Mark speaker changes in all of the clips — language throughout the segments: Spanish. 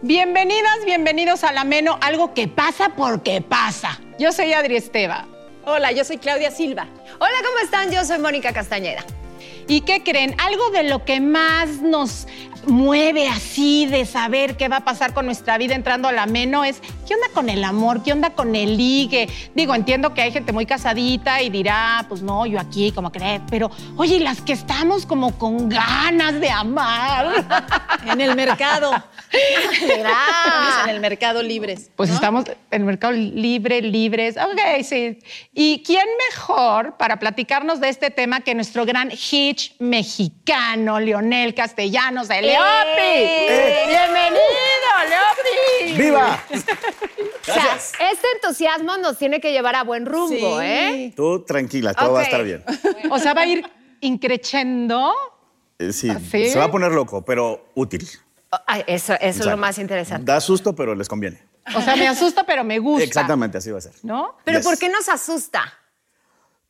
Speaker 1: Bienvenidas, bienvenidos al Ameno, algo que pasa porque pasa. Yo soy Adri Esteva.
Speaker 2: Hola, yo soy Claudia Silva. Hola, ¿cómo están? Yo soy Mónica Castañeda.
Speaker 1: ¿Y qué creen? Algo de lo que más nos mueve así de saber qué va a pasar con nuestra vida entrando al Ameno es qué onda con el amor, qué onda con el ligue. Digo, entiendo que hay gente muy casadita y dirá, pues no, yo aquí, como crees, pero oye, ¿y las que estamos como con ganas de amar.
Speaker 2: En el mercado. Estamos En el mercado libres.
Speaker 1: Pues estamos en el mercado libre, libres. Ok, sí. ¿Y quién mejor para platicarnos de este tema que nuestro gran Hitch mexicano, Leonel Castellanos de Leopi?
Speaker 2: ¡Eh!
Speaker 1: ¡Bienvenido, Leopi!
Speaker 3: ¡Viva!
Speaker 4: O sea, este entusiasmo nos tiene que llevar a buen rumbo,
Speaker 2: Sí.
Speaker 4: ¿eh?
Speaker 3: Tú tranquila, todo va a
Speaker 4: Ok.
Speaker 3: estar bien.
Speaker 1: O sea, va a ir increchendo.
Speaker 3: Eh, Sí,
Speaker 1: sí?
Speaker 3: se va a poner loco, pero útil.
Speaker 4: Oh, Ay, eso eso es
Speaker 3: Exacto.
Speaker 4: lo más interesante.
Speaker 3: Da susto, pero les conviene.
Speaker 1: O sea, me asusta, pero me gusta.
Speaker 3: Exactamente, así va a ser.
Speaker 1: ¿No?
Speaker 4: Pero
Speaker 3: Yes.
Speaker 4: ¿por qué nos asusta?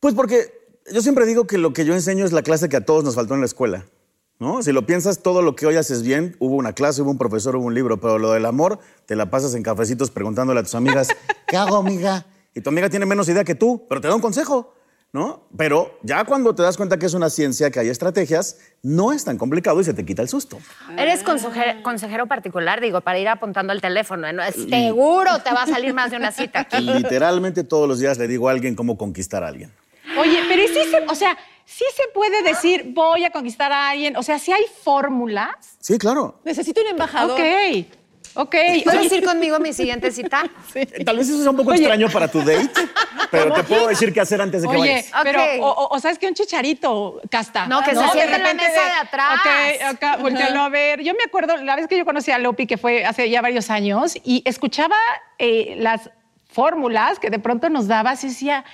Speaker 3: Pues porque yo siempre digo que lo que yo enseño es la clase que a todos nos faltó en la escuela. ¿No? Si lo piensas, todo lo que hoy haces bien, hubo una clase, hubo un profesor, hubo un libro, pero lo del amor, te la pasas en cafecitos preguntándole a tus amigas, ¿qué hago, amiga? Y tu amiga tiene menos idea que tú, pero te da un consejo, ¿no? Pero ya cuando te das cuenta que es una ciencia, que hay estrategias, no es tan complicado y se te quita el susto.
Speaker 4: Eres consejero, consejero particular, digo, para ir apuntando al teléfono. ¿eh? No, es- Seguro te va a salir más de una cita aquí.
Speaker 3: Literalmente todos los días le digo a alguien cómo conquistar a alguien.
Speaker 1: Oye, pero ¿y sí se, o sea, sí se puede decir voy a conquistar a alguien. O sea, sí hay fórmulas.
Speaker 3: Sí, claro.
Speaker 2: Necesito un embajador.
Speaker 1: Ok, ok.
Speaker 4: ¿Puedes ir conmigo a mi siguiente cita?
Speaker 3: Tal vez eso sea un poco extraño para tu date, pero te puedo decir qué hacer antes de que
Speaker 1: Oye,
Speaker 3: vayas.
Speaker 4: Ok.
Speaker 1: pero, o, o- o sabes que un chicharito, Casta.
Speaker 4: No, que se siente en la mesa de atrás.
Speaker 1: Ok, acá, voltealo a ver. Yo me acuerdo, la vez que yo conocí a Lopi, que fue hace ya varios años, y escuchaba eh, las fórmulas que de pronto nos dabas y decía,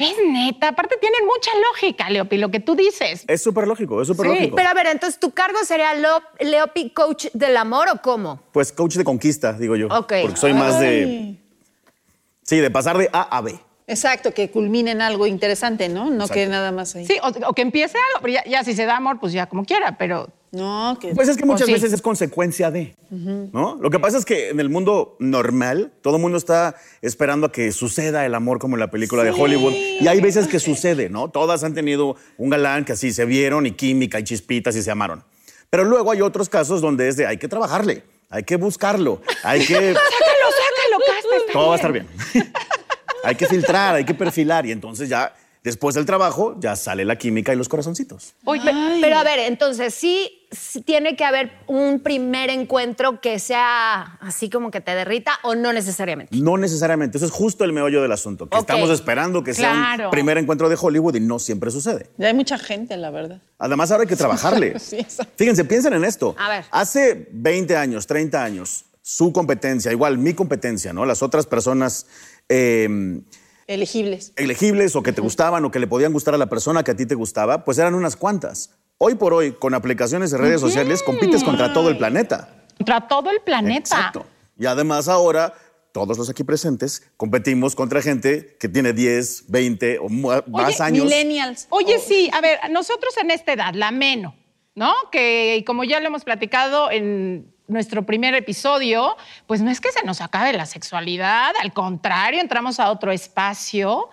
Speaker 1: es neta, aparte tienen mucha lógica, Leopi, lo que tú dices.
Speaker 3: Es súper lógico, es súper lógico.
Speaker 4: Pero a ver, entonces, ¿tu cargo sería Lo- Leopi Coach del Amor o cómo?
Speaker 3: Pues coach de conquista, digo yo.
Speaker 4: Ok.
Speaker 3: Porque soy más de. Sí, de pasar de A a B.
Speaker 2: Exacto, que culmine en algo interesante, ¿no? No
Speaker 3: Exacto.
Speaker 2: que nada más ahí.
Speaker 1: Sí, o, o que empiece algo, pero ya, ya si se da amor, pues ya como quiera, pero
Speaker 2: No, que.
Speaker 3: Pues es que muchas
Speaker 1: sí.
Speaker 3: veces es consecuencia de, ¿no? Lo que pasa es que en el mundo normal, todo el mundo está esperando a que suceda el amor como en la película de Hollywood. Y hay veces que sucede, ¿no? Todas han tenido un galán que así se vieron y química y chispitas y se amaron. Pero luego hay otros casos donde es de hay que trabajarle, hay que buscarlo, hay que...
Speaker 1: sácalo, sácalo, Casta. está
Speaker 3: todo va a
Speaker 1: bien.
Speaker 3: estar bien. hay que filtrar, hay que perfilar y entonces ya Después del trabajo ya sale la química y los corazoncitos.
Speaker 4: Uy, pe- pero a ver, entonces sí, sí tiene que haber un primer encuentro que sea así como que te derrita o no necesariamente.
Speaker 3: No necesariamente. Eso es justo el meollo del asunto. Que
Speaker 4: Ok.
Speaker 3: estamos esperando que sea
Speaker 4: Claro.
Speaker 3: un primer encuentro de Hollywood y no siempre sucede.
Speaker 2: Ya hay mucha gente, la verdad.
Speaker 3: Además, ahora hay que trabajarle.
Speaker 2: Sí, exacto.
Speaker 3: Fíjense, piensen en esto.
Speaker 4: A ver.
Speaker 3: Hace 20 años, 30 años, su competencia, igual mi competencia, ¿no? Las otras personas eh,
Speaker 2: Elegibles.
Speaker 3: elegibles o que te gustaban o que le podían gustar a la persona que a ti te gustaba, pues eran unas cuantas. Hoy por hoy, con aplicaciones de redes sociales, compites contra todo el planeta.
Speaker 1: Contra todo el planeta.
Speaker 3: Exacto. Y además ahora todos los aquí presentes competimos contra gente que tiene 10, 20 o mu- más años.
Speaker 2: Millennials. Oh.
Speaker 1: Oye,
Speaker 4: Oh.
Speaker 1: sí, a ver, nosotros en esta edad, la menos, ¿no? Que como ya lo hemos platicado en nuestro primer episodio, pues no es que se nos acabe la sexualidad, al contrario, entramos a otro espacio.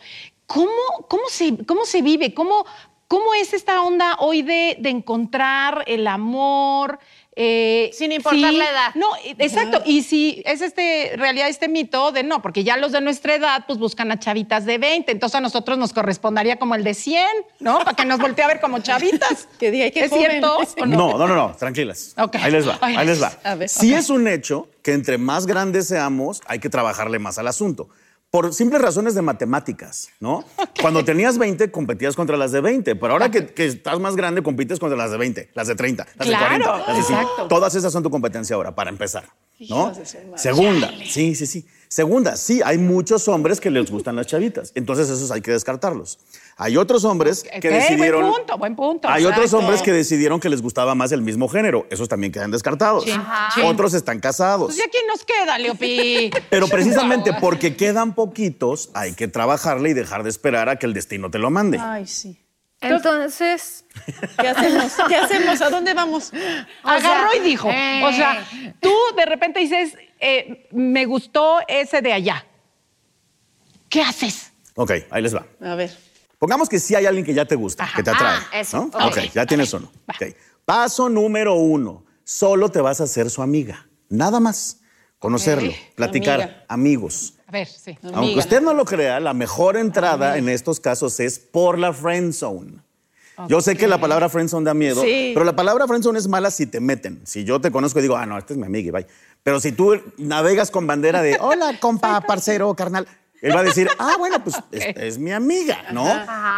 Speaker 1: ¿Cómo, cómo, se, cómo se vive? ¿Cómo, ¿Cómo es esta onda hoy de, de encontrar el amor? Eh,
Speaker 4: Sin importar la edad.
Speaker 1: No, no, eh, exacto. Y si es este realidad este mito de no, porque ya los de nuestra edad pues buscan a chavitas de 20, entonces a nosotros nos correspondería como el de 100, ¿no? Para que nos voltee a ver como chavitas.
Speaker 2: Que diga, "Ay, qué
Speaker 1: ¿Es
Speaker 2: joven".
Speaker 1: cierto o no?
Speaker 3: No, no, no, no, tranquilas.
Speaker 1: Ok.
Speaker 3: Ahí les va,
Speaker 1: Ay,
Speaker 3: ahí les va.
Speaker 2: a ver,
Speaker 3: sí
Speaker 2: ok.
Speaker 3: es un hecho que entre más grandes seamos, hay que trabajarle más al asunto. Por simples razones de matemáticas, ¿no? Cuando tenías 20, competías contra las de 20, pero ahora que, que estás más grande, compites contra las de 20, las de 30, las
Speaker 1: Claro,
Speaker 3: de 40, las de 50.
Speaker 1: exacto.
Speaker 3: Todas esas son tu competencia ahora, para empezar, ¿no?
Speaker 2: Hijos de su madre.
Speaker 3: Segunda, sí, sí, sí. Segunda, sí, hay muchos hombres que les gustan las chavitas, entonces esos hay que descartarlos. Hay otros hombres que
Speaker 1: Ok, buen
Speaker 3: decidieron...
Speaker 1: punto, buen punto,
Speaker 3: Hay otros
Speaker 1: exacto.
Speaker 3: hombres que decidieron que les gustaba más el mismo género. Esos también quedan descartados. Otros están casados.
Speaker 1: Pues ya quién nos queda, Leopi.
Speaker 3: Pero precisamente porque quedan poquitos, hay que trabajarle y dejar de esperar a que el destino te lo mande.
Speaker 2: Ay, sí.
Speaker 4: Entonces,
Speaker 2: ¿Qué hacemos? ¿Qué hacemos? ¿A dónde vamos?
Speaker 1: Agarró
Speaker 4: sea,
Speaker 1: y dijo.
Speaker 4: eh.
Speaker 1: O sea, tú de repente dices, eh, me gustó ese de allá. ¿Qué haces?
Speaker 3: Ok, ahí les va.
Speaker 2: A ver.
Speaker 3: Pongamos que sí hay alguien que ya te gusta, que te atrae.
Speaker 4: Ah, eso,
Speaker 3: ¿no?
Speaker 4: ok.
Speaker 3: ok, ya tienes uno. Ok. Paso número uno. Solo te vas a hacer su amiga. Nada más. Conocerlo, platicar,
Speaker 2: Amiga.
Speaker 3: amigos.
Speaker 1: A ver, sí.
Speaker 3: Aunque usted no lo crea, la mejor entrada en estos casos es por la friend zone. Yo sé que la palabra friend zone da miedo,
Speaker 2: Sí.
Speaker 3: pero la palabra friend zone es mala si te meten. Si yo te conozco y digo, ah, no, este es mi amigo y bye. Pero si tú navegas con bandera de, hola, compa, parcero, carnal, él va a decir, ah, bueno, pues es, es mi amiga, ¿no?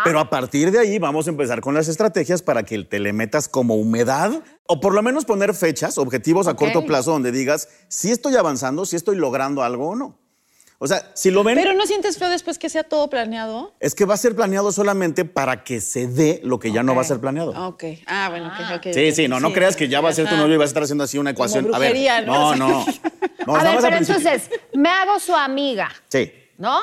Speaker 3: Pero a partir de ahí vamos a empezar con las estrategias para que te le metas como humedad o por lo menos poner fechas, objetivos a corto plazo donde digas si estoy avanzando, si estoy logrando algo o no. O sea, si lo ven.
Speaker 2: Pero no sientes feo después que sea todo planeado.
Speaker 3: Es que va a ser planeado solamente para que se dé lo que ya no va a ser planeado.
Speaker 2: Ah, Ok. Ah, bueno, que ok.
Speaker 3: Sí, sí, no, no creas que ya va a ser tu
Speaker 2: Ajá.
Speaker 3: novio y vas a estar haciendo así una ecuación.
Speaker 2: brujería,
Speaker 3: a ver,
Speaker 2: ¿no?
Speaker 3: no, no. No,
Speaker 4: a
Speaker 3: nada
Speaker 4: ver,
Speaker 3: más al
Speaker 4: pero
Speaker 3: principio.
Speaker 4: entonces, me hago su amiga,
Speaker 3: Sí.
Speaker 4: ¿no?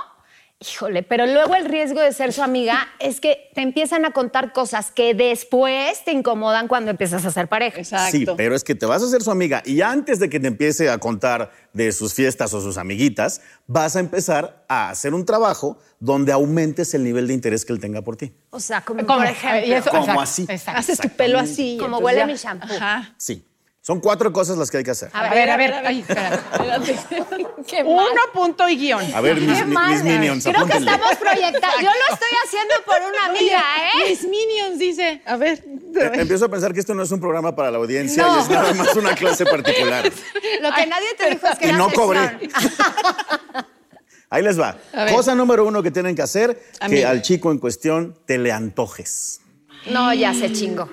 Speaker 4: Híjole, pero luego el riesgo de ser su amiga es que te empiezan a contar cosas que después te incomodan cuando empiezas a ser pareja.
Speaker 2: Exacto.
Speaker 3: Sí, pero es que te vas a hacer su amiga y antes de que te empiece a contar de sus fiestas o sus amiguitas, vas a empezar a hacer un trabajo donde aumentes el nivel de interés que él tenga por ti.
Speaker 4: O sea, como
Speaker 1: ¿Cómo?
Speaker 4: por
Speaker 1: Y
Speaker 4: ejemplo,
Speaker 1: eso-
Speaker 3: ¿Cómo
Speaker 1: exacto,
Speaker 3: así?
Speaker 1: exacto.
Speaker 2: Haces tu pelo así. y
Speaker 4: Como
Speaker 2: entonces
Speaker 4: huele
Speaker 2: ya-
Speaker 4: mi shampoo.
Speaker 2: Ajá.
Speaker 3: Sí. Son cuatro cosas las que hay que
Speaker 4: Ah,
Speaker 3: hacer.
Speaker 1: A ver, a ver. ay, espera. Uno punto y guión.
Speaker 3: A ver, mis,
Speaker 4: Qué
Speaker 3: mis
Speaker 4: mal.
Speaker 3: minions,
Speaker 4: Creo
Speaker 3: apúntenle.
Speaker 4: que estamos proyectando. Yo lo estoy haciendo por una amiga, ¿eh?
Speaker 2: Mis minions, dice. A ver.
Speaker 3: Eh, Empiezo a pensar que esto no es un programa para la audiencia y es nada más una clase particular.
Speaker 4: Lo que nadie te dijo es que
Speaker 3: Y
Speaker 4: era
Speaker 3: no
Speaker 4: sección.
Speaker 3: cobré. Ahí les va. Cosa número uno que tienen que hacer, que
Speaker 2: Amiga.
Speaker 3: al chico en cuestión te le antojes.
Speaker 4: No, ya se chingo.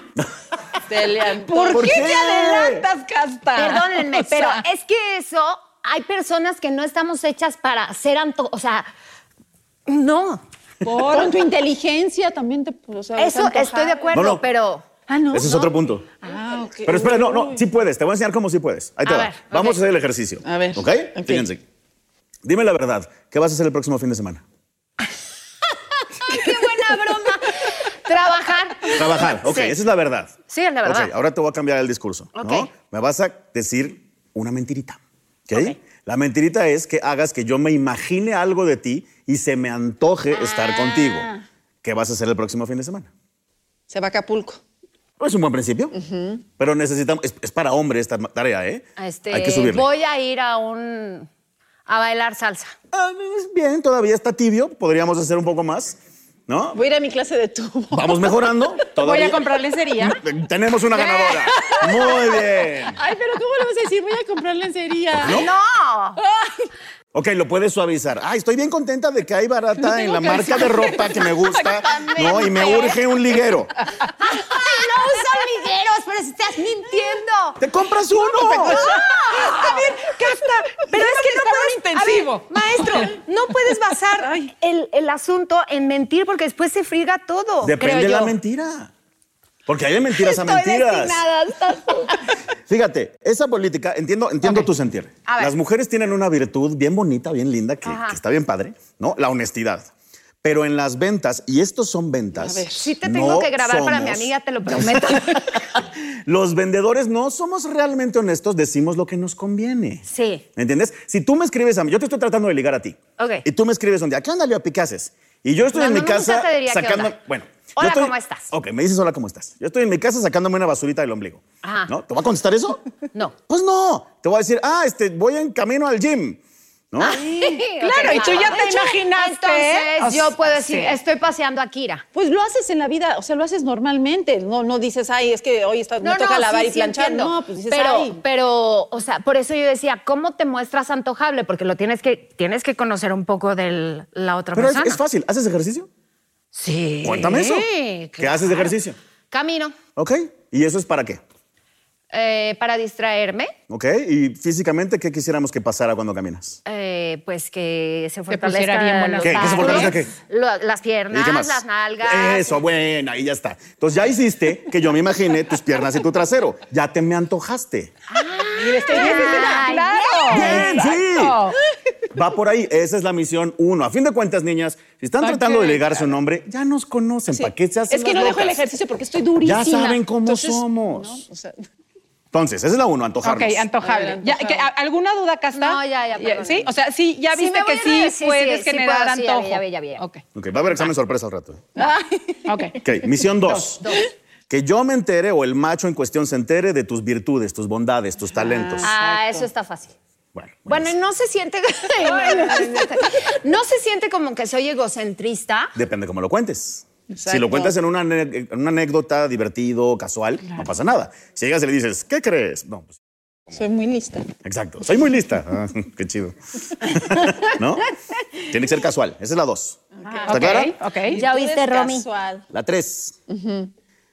Speaker 2: Te le antojo.
Speaker 1: ¿Por,
Speaker 3: ¿Por
Speaker 1: qué,
Speaker 3: qué?
Speaker 1: te adelantas, Casta?
Speaker 4: Perdónenme,
Speaker 1: O sea,
Speaker 4: pero es que eso, hay personas que no estamos hechas para ser anto... O sea, no.
Speaker 2: Por- Con tu inteligencia también te. o sea,
Speaker 4: Eso
Speaker 2: vas a
Speaker 4: estoy de
Speaker 2: antojar.
Speaker 4: acuerdo,
Speaker 3: No, no.
Speaker 4: pero...
Speaker 2: Ah, no.
Speaker 3: Ese es otro punto.
Speaker 2: Ah, ok.
Speaker 3: Pero espera, no, no, sí puedes. Te voy a enseñar cómo sí puedes. Ahí te
Speaker 4: A
Speaker 3: va.
Speaker 4: ver,
Speaker 3: Vamos
Speaker 4: ok.
Speaker 3: a hacer el ejercicio.
Speaker 2: A ver,
Speaker 3: ¿Ok?
Speaker 2: ok.
Speaker 3: Fíjense. Dime la verdad. ¿Qué vas a hacer el próximo fin de semana?
Speaker 4: ¡Qué buena broma! Trabajar.
Speaker 3: Trabajar. Ok,
Speaker 4: Sí.
Speaker 3: esa es la verdad.
Speaker 4: Sí, es la verdad.
Speaker 3: Ok, ahora te voy a cambiar el discurso. ¿no?
Speaker 4: Ok.
Speaker 3: Me vas a decir una mentirita. ¿ok? La mentirita es que hagas que yo me imagine algo de ti y se me antoje
Speaker 4: Ah.
Speaker 3: estar contigo. ¿Qué vas a hacer el próximo fin de semana?
Speaker 2: Se va a Acapulco.
Speaker 3: Es un buen principio. Pero necesitamos. Es, es para hombre esta tarea, ¿eh?
Speaker 4: Este,
Speaker 3: Hay que subirle.
Speaker 4: Voy a ir a un... a bailar salsa.
Speaker 3: Ah, es bien, todavía está tibio. Podríamos hacer un poco más. ¿no?
Speaker 2: Voy a ir a mi clase de tubo.
Speaker 3: Vamos mejorando.
Speaker 1: Voy
Speaker 3: todavía.
Speaker 1: a comprar lencería.
Speaker 3: Tenemos una ganadora. Muy bien.
Speaker 2: Ay, pero ¿cómo le vas a decir? Voy a comprar lencería.
Speaker 4: ¡No!
Speaker 3: Ok, lo puedes suavizar. Ay, estoy bien contenta de que hay barata
Speaker 2: No
Speaker 3: en
Speaker 2: tengo
Speaker 3: la
Speaker 2: que
Speaker 3: marca de
Speaker 2: decir.
Speaker 3: ropa que me gusta. No, y me
Speaker 2: Exactamente.
Speaker 3: urge un liguero.
Speaker 4: ¡Ay, no usan ligueros! ¡Pero si estás mintiendo!
Speaker 3: ¡Te compras uno!
Speaker 1: Está bien, que hasta- Pero es que no
Speaker 4: A
Speaker 1: puedes.
Speaker 4: ver,
Speaker 1: intensivo.
Speaker 4: maestro, no puedes basar el, el asunto en mentir porque después se friega todo.
Speaker 3: Depende
Speaker 4: creo
Speaker 3: de la
Speaker 4: yo.
Speaker 3: mentira. Porque hay de mentiras a mentiras. Fíjate, esa política, entiendo, entiendo tu sentir.
Speaker 4: A ver.
Speaker 3: Las mujeres tienen una virtud bien bonita, bien linda, que,
Speaker 4: Ajá.
Speaker 3: que está bien padre, ¿no? La honestidad. Pero en las ventas, y estos son ventas.
Speaker 2: A ver,
Speaker 4: Sí te tengo
Speaker 3: no
Speaker 4: que grabar para mi
Speaker 3: somos-
Speaker 4: amiga, te lo prometo.
Speaker 3: Los vendedores no somos realmente honestos, decimos lo que nos conviene.
Speaker 4: Sí.
Speaker 3: ¿Me entiendes? Si tú me escribes a mí, yo te estoy tratando de ligar a ti.
Speaker 4: Ok.
Speaker 3: Y tú me escribes un día, ¿qué onda, Leo? ¿Qué haces? Y yo estoy
Speaker 4: No,
Speaker 3: en mi
Speaker 4: no, no,
Speaker 3: casa
Speaker 4: nunca te diría qué
Speaker 3: sacando.
Speaker 4: onda.
Speaker 3: Bueno. yo
Speaker 4: Hola,
Speaker 3: estoy-
Speaker 4: ¿cómo estás?
Speaker 3: Ok, me dices hola, ¿cómo estás? Yo estoy en mi casa sacándome una basurita del ombligo.
Speaker 4: Ajá.
Speaker 3: ¿No? ¿Te voy a contestar eso?
Speaker 4: No.
Speaker 3: Pues no. Te voy a decir, ah, este, voy en camino al gym. ¿No?
Speaker 4: Ah,
Speaker 1: Claro, y tú ya te imaginaste.
Speaker 3: Ah,
Speaker 4: Entonces, yo puedo decir,
Speaker 1: Sí.
Speaker 4: estoy paseando a Kira.
Speaker 2: Pues lo haces en la vida, o sea, lo haces normalmente. No, no dices, ay, es que hoy está, me toca lavar
Speaker 4: sí,
Speaker 2: y
Speaker 4: sí,
Speaker 2: planchar.
Speaker 4: entiendo.
Speaker 2: no, pues dices,
Speaker 4: pero,
Speaker 2: ay.
Speaker 4: pero, o sea, por eso yo decía, ¿cómo te muestras antojable? Porque lo tienes que, tienes que conocer un poco de la otra
Speaker 3: Pero es,
Speaker 4: persona.
Speaker 3: es fácil. ¿Haces ejercicio?
Speaker 4: Sí.
Speaker 3: Cuéntame eso. ¿Qué
Speaker 4: claro.
Speaker 3: haces de ejercicio?
Speaker 4: Camino
Speaker 3: ¿Ok? ¿Y eso es para qué?
Speaker 4: eh, para distraerme,
Speaker 3: ¿Ok? ¿Y físicamente qué quisiéramos que pasara cuando caminas?
Speaker 4: eh, pues que se
Speaker 1: pusiera bien
Speaker 4: fortalezcan
Speaker 1: buena
Speaker 4: los
Speaker 3: ¿Qué? ¿Que se
Speaker 4: músculos,
Speaker 3: fortalezca qué?
Speaker 4: lo- las
Speaker 3: ¿Y qué
Speaker 4: piernas,
Speaker 3: más?
Speaker 4: las nalgas.
Speaker 3: Eso, bueno, ahí ya está. Entonces ya hiciste que yo me imagine tus piernas y tu trasero. Ya te me antojaste.
Speaker 4: Ay,
Speaker 3: Bien, sí. Va por ahí. Esa es la misión uno. A fin de cuentas, niñas, si están tratando de ligar su nombre, ya nos conocen. ¿Para qué se hacen
Speaker 2: Es que no
Speaker 3: las
Speaker 2: dejo el
Speaker 3: locas?
Speaker 2: ejercicio porque estoy durísima.
Speaker 3: Ya saben cómo
Speaker 2: Entonces,
Speaker 3: somos.
Speaker 2: no, o sea,
Speaker 3: Entonces, esa es la uno, antojarnos.
Speaker 1: Ok, antojable.
Speaker 2: A ver,
Speaker 1: Ya,
Speaker 2: antojable.
Speaker 1: que, a- ¿Alguna duda, Casta? eh,
Speaker 4: No, ya, ya, perdón.
Speaker 1: ¿Sí? O sea, sí, ya
Speaker 4: Sí,
Speaker 1: viste
Speaker 4: me voy
Speaker 1: que
Speaker 4: a
Speaker 1: sí
Speaker 4: reír, sí,
Speaker 1: puedes
Speaker 4: sí, sí
Speaker 1: generar
Speaker 4: puedo, sí, ya vi,
Speaker 1: antojo.
Speaker 4: ya vi, ya vi.
Speaker 1: Ok,
Speaker 3: Ok, va a haber examen sorpresa al rato. ¿eh?
Speaker 1: ok.
Speaker 3: Ok, misión dos. Que yo me entere o el macho en cuestión se entere de tus virtudes, tus bondades, tus talentos.
Speaker 4: Ah, eso está fácil.
Speaker 3: Bueno,
Speaker 4: Bueno, y no se siente. no se siente como que soy egocentrista.
Speaker 3: Depende cómo lo cuentes. Si
Speaker 2: Exacto.
Speaker 3: lo cuentas en una, ane- en una anécdota divertido, casual, no pasa nada. Si llegas y le dices, ¿qué crees? No, pues,
Speaker 2: soy muy lista.
Speaker 3: exacto, soy muy lista. Ah, qué chido. ¿No? Tiene que ser casual. Esa es la dos. ¿Está clara?
Speaker 1: Ok,
Speaker 4: Ya oíste, Romy.
Speaker 2: Casual.
Speaker 3: La tres.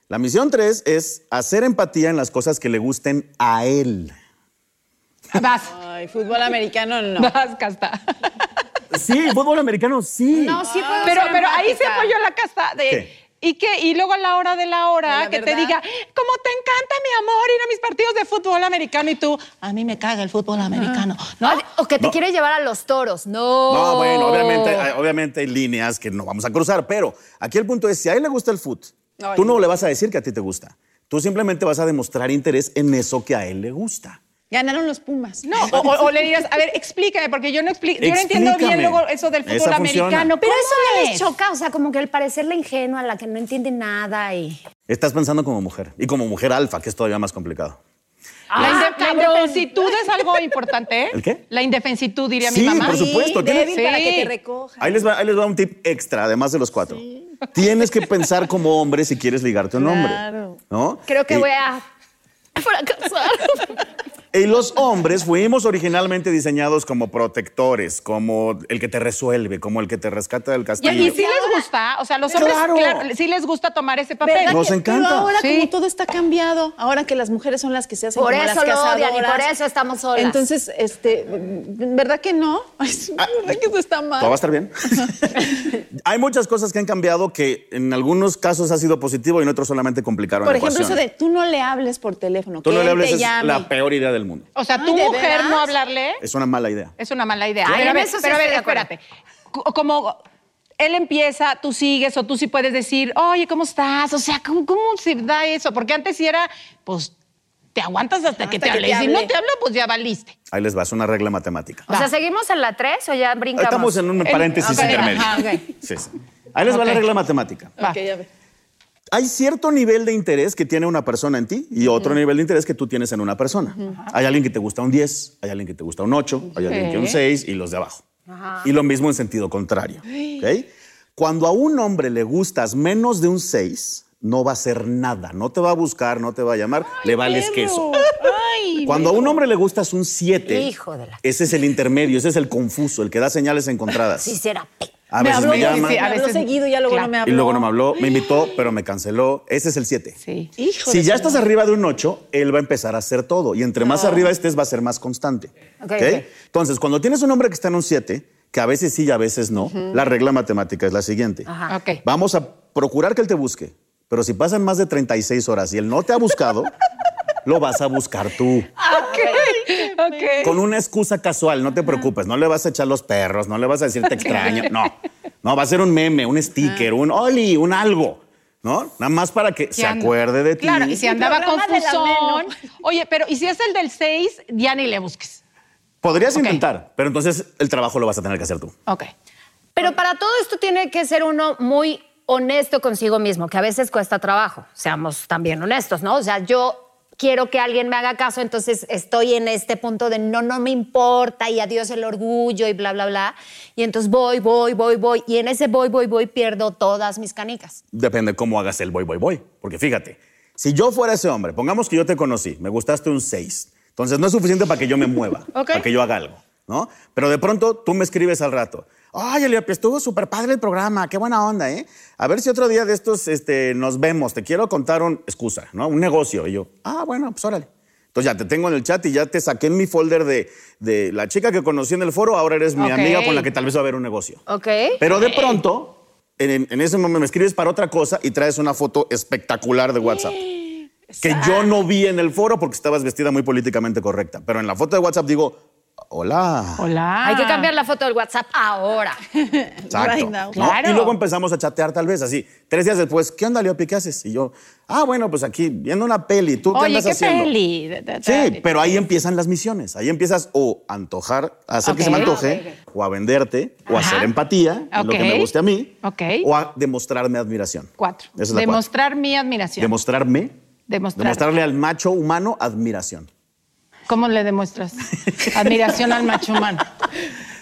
Speaker 3: La misión tres es hacer empatía en las cosas que le gusten a él.
Speaker 1: ok. Vas,
Speaker 2: Ay, fútbol americano no.
Speaker 1: vas, Casta.
Speaker 3: Sí, fútbol americano, sí.
Speaker 4: No, sí puedo
Speaker 1: Pero,
Speaker 4: ser
Speaker 1: pero ahí se
Speaker 4: empática.
Speaker 1: apoyó la Casta de...
Speaker 3: ¿Qué?
Speaker 1: ¿Y qué? Y luego a la hora de la hora
Speaker 2: De la
Speaker 1: que te
Speaker 2: verdad.
Speaker 1: diga, como te encanta, mi amor, ir a mis partidos de fútbol americano y tú, a mí me caga el fútbol americano. ¿No?
Speaker 4: O que te quiere llevar a los toros. No.
Speaker 3: No, bueno, obviamente, hay- obviamente hay líneas que no vamos a cruzar, pero aquí el punto es, si a él le gusta el foot,
Speaker 2: Ay,
Speaker 3: tú no le vas a decir que a ti te gusta. Tú simplemente vas a demostrar interés en eso que a él le gusta.
Speaker 2: Ganaron los Pumas.
Speaker 1: No, o, o- o le dirás, a ver, explícame, porque yo no, expli- yo no entiendo bien
Speaker 3: Explícame.
Speaker 1: luego eso del fútbol
Speaker 3: Esa funciona.
Speaker 1: americano.
Speaker 4: Pero
Speaker 1: ¿Cómo
Speaker 4: eso no
Speaker 1: es?
Speaker 4: les choca, o sea, como que el parecer la ingenua, la que no entiende nada y.
Speaker 3: Estás pensando como mujer y como mujer alfa, que es todavía más complicado.
Speaker 1: La, inde- la
Speaker 4: cabrón.
Speaker 1: indefensitud es algo importante, ¿eh?
Speaker 3: ¿El qué?
Speaker 1: La indefensitud, diría
Speaker 3: Sí,
Speaker 1: mi mamá.
Speaker 3: por supuesto, tiene-
Speaker 2: Débil para que
Speaker 1: Sí.
Speaker 2: te recoja.
Speaker 3: Ahí les, va, ahí les va un tip extra, además de los cuatro. Tienes que pensar como hombre si quieres ligarte a un
Speaker 2: Claro.
Speaker 3: hombre. ¿no? Eh,
Speaker 4: Creo que
Speaker 3: Y-
Speaker 4: voy a fracasar.
Speaker 3: Y los hombres fuimos originalmente diseñados como protectores, como el que te resuelve, como el que te rescata del
Speaker 1: Y,
Speaker 3: castillo.
Speaker 1: y sí les gusta, o sea, los hombres
Speaker 3: Claro.
Speaker 1: claro, sí les gusta tomar ese papel.
Speaker 2: ¿Verdad
Speaker 3: Nos
Speaker 2: que-
Speaker 3: encanta.
Speaker 2: Pero ahora
Speaker 1: Sí.
Speaker 2: como todo está cambiado, ahora que las mujeres son las que se hacen
Speaker 4: Por
Speaker 2: como
Speaker 4: eso
Speaker 2: las
Speaker 4: lo odian y por
Speaker 2: cazadoras.
Speaker 4: eso estamos solas.
Speaker 2: Entonces, este, ¿verdad que no? Ay, sí, ¿Verdad que eso está mal?
Speaker 3: Ah, Todo va a estar bien. Hay muchas cosas que han cambiado que en algunos casos ha sido positivo y en otros solamente complicaron
Speaker 2: Por
Speaker 3: la
Speaker 2: ejemplo, eso
Speaker 3: ecuación.
Speaker 2: de tú no le hables por teléfono,
Speaker 3: Tú
Speaker 2: que
Speaker 3: no le
Speaker 2: él
Speaker 3: hables
Speaker 2: te
Speaker 3: es
Speaker 2: llame.
Speaker 3: la peor idea del mundo.
Speaker 1: o sea,
Speaker 2: Ay,
Speaker 1: tu
Speaker 2: ¿de
Speaker 1: mujer
Speaker 2: veras?
Speaker 1: no hablarle
Speaker 3: Es una mala idea.
Speaker 1: es una mala idea.
Speaker 4: Ay,
Speaker 1: Pero a
Speaker 4: en
Speaker 1: ver,
Speaker 4: eso sí
Speaker 1: pero a ver,
Speaker 4: estoy de acuerdo.
Speaker 1: espérate. Co- Como él empieza, tú sigues o tú sí puedes decir, oye, ¿cómo estás? O sea, ¿cómo, cómo se da eso? Porque antes sí era, pues, te aguantas hasta, que, te
Speaker 2: Hasta que
Speaker 1: hable.
Speaker 2: te
Speaker 1: Y si no
Speaker 2: hable.
Speaker 1: te hablo, pues ya valiste.
Speaker 3: Ahí les va, es una regla matemática.
Speaker 4: O sea, ¿seguimos en la 3 o ya brincamos?
Speaker 3: Ah. Estamos en un
Speaker 1: En-
Speaker 3: paréntesis
Speaker 1: ok,
Speaker 3: intermedio.
Speaker 1: ajá, ok.
Speaker 3: Sí, sí. Ahí les va la
Speaker 1: Ok.
Speaker 3: regla matemática.
Speaker 1: Va.
Speaker 2: Ok, ya ve.
Speaker 3: Hay cierto nivel de interés que tiene una persona en ti y otro nivel de interés que tú tienes en una persona. Hay alguien que te gusta un 10, hay alguien que te gusta un 8, hay alguien que un 6 y los de abajo. Y lo mismo en sentido contrario. ¿ok? Cuando a un hombre le gustas menos de un 6, no va a hacer nada. No te va a buscar, no te va a llamar, le vales queso.
Speaker 1: Ay,
Speaker 3: Cuando a un hombre le gustas un 7,
Speaker 4: Hijo de la-
Speaker 3: ese es el intermedio, ese es el confuso, el que da señales encontradas.
Speaker 4: Sí, será. pe-
Speaker 3: A
Speaker 1: Me
Speaker 3: veces
Speaker 1: habló
Speaker 3: me,
Speaker 1: de-
Speaker 3: llama
Speaker 1: sí, a
Speaker 2: Me habló
Speaker 1: veces-
Speaker 2: seguido y ya luego
Speaker 1: claro.
Speaker 2: no me
Speaker 3: y
Speaker 2: habló.
Speaker 3: luego no me habló, me invitó, pero me canceló. Ese es el 7.
Speaker 1: sí.
Speaker 2: Hijo
Speaker 3: Si
Speaker 2: de
Speaker 3: ya
Speaker 2: su
Speaker 3: estás
Speaker 2: madre.
Speaker 3: arriba de un 8, él va a empezar a hacer todo. Y entre más arriba estés, va a ser más constante. ¿Ok?
Speaker 4: Ok, ok.
Speaker 3: Entonces, cuando tienes un hombre que está en un 7, que a veces sí y a veces no, la regla matemática es la siguiente.
Speaker 4: Ajá.
Speaker 1: Ok.
Speaker 3: Vamos a procurar que él te busque. Pero si pasan más de 36 horas y él no te ha buscado, lo vas a buscar tú.
Speaker 1: Ok, ok.
Speaker 3: Con una excusa casual, no te preocupes. No le vas a echar los perros, no le vas a decir te extraño. No. No, va a ser un meme, un
Speaker 1: Ah.
Speaker 3: sticker, un oli, un algo. ¿No? Nada más para que se
Speaker 1: and-
Speaker 3: acuerde de ti.
Speaker 1: Claro, y si andaba
Speaker 2: programa de la
Speaker 1: confusón. Oye, pero ¿y si es el del 6, ya ni le busques?
Speaker 3: Podrías
Speaker 1: Ok.
Speaker 3: intentar, pero entonces el trabajo lo vas a tener que hacer tú.
Speaker 1: Ok.
Speaker 4: Pero para todo esto tiene que ser uno muy honesto consigo mismo, que a veces cuesta trabajo. Seamos también honestos, ¿no? O sea, yo quiero que alguien me haga caso, entonces estoy en este punto de no, no me importa y adiós el orgullo y bla, bla, bla. Y entonces voy, voy, voy, voy. Y en ese voy, voy, voy pierdo todas mis canicas.
Speaker 3: Depende cómo hagas el voy, voy, voy. Porque fíjate, si yo fuera ese hombre, pongamos que yo te conocí, me gustaste un 6, entonces no es suficiente para que yo me mueva, para que yo haga algo, ¿no? Pero de pronto tú me escribes al rato. Ay, Elia, pues estuvo súper padre el programa, qué buena onda, ¿eh? A ver si otro día de estos este, nos vemos, te quiero contar un, excusa, ¿no? Un negocio. Y yo, ah, bueno, pues órale. Entonces ya te tengo en el chat y ya te saqué en mi folder de, de la chica que conocí en el foro, ahora eres mi
Speaker 1: Ok.
Speaker 3: amiga con la que tal vez va a haber un negocio.
Speaker 4: ¿Ok?
Speaker 3: Pero de pronto, en, en ese momento me escribes para otra cosa y traes una foto espectacular de WhatsApp. Que yo no vi en el foro porque estabas vestida muy políticamente correcta. Pero en la foto de WhatsApp digo, hola.
Speaker 1: Hola.
Speaker 4: Hay que cambiar la foto del WhatsApp ahora.
Speaker 3: Exacto.
Speaker 2: Right now.
Speaker 3: ¿no?
Speaker 1: Claro.
Speaker 3: Y luego empezamos a chatear tal vez así. Tres días después, ¿qué onda, Leopi? ¿Qué haces? Y yo, ah, bueno, pues aquí viendo una peli. ¿Tú qué
Speaker 1: Oye,
Speaker 3: andas
Speaker 1: qué
Speaker 3: haciendo?
Speaker 1: peli.
Speaker 3: Sí, pero ahí empiezan las misiones. Ahí empiezas o a antojar, a hacer que se me
Speaker 1: Ok.
Speaker 3: antoje, o a venderte, o a
Speaker 1: Ajá.
Speaker 3: hacer empatía, en lo que
Speaker 1: Ok.
Speaker 3: me guste a mí,
Speaker 1: Ok.
Speaker 3: o a demostrarme admiración.
Speaker 1: Cuatro.
Speaker 3: Esa es la cuatro.
Speaker 1: Demostrar mi admiración.
Speaker 3: Demostrarme.
Speaker 1: Demostrar.
Speaker 3: Demostrarle al macho humano admiración.
Speaker 1: ¿Cómo le demuestras admiración al macho humano?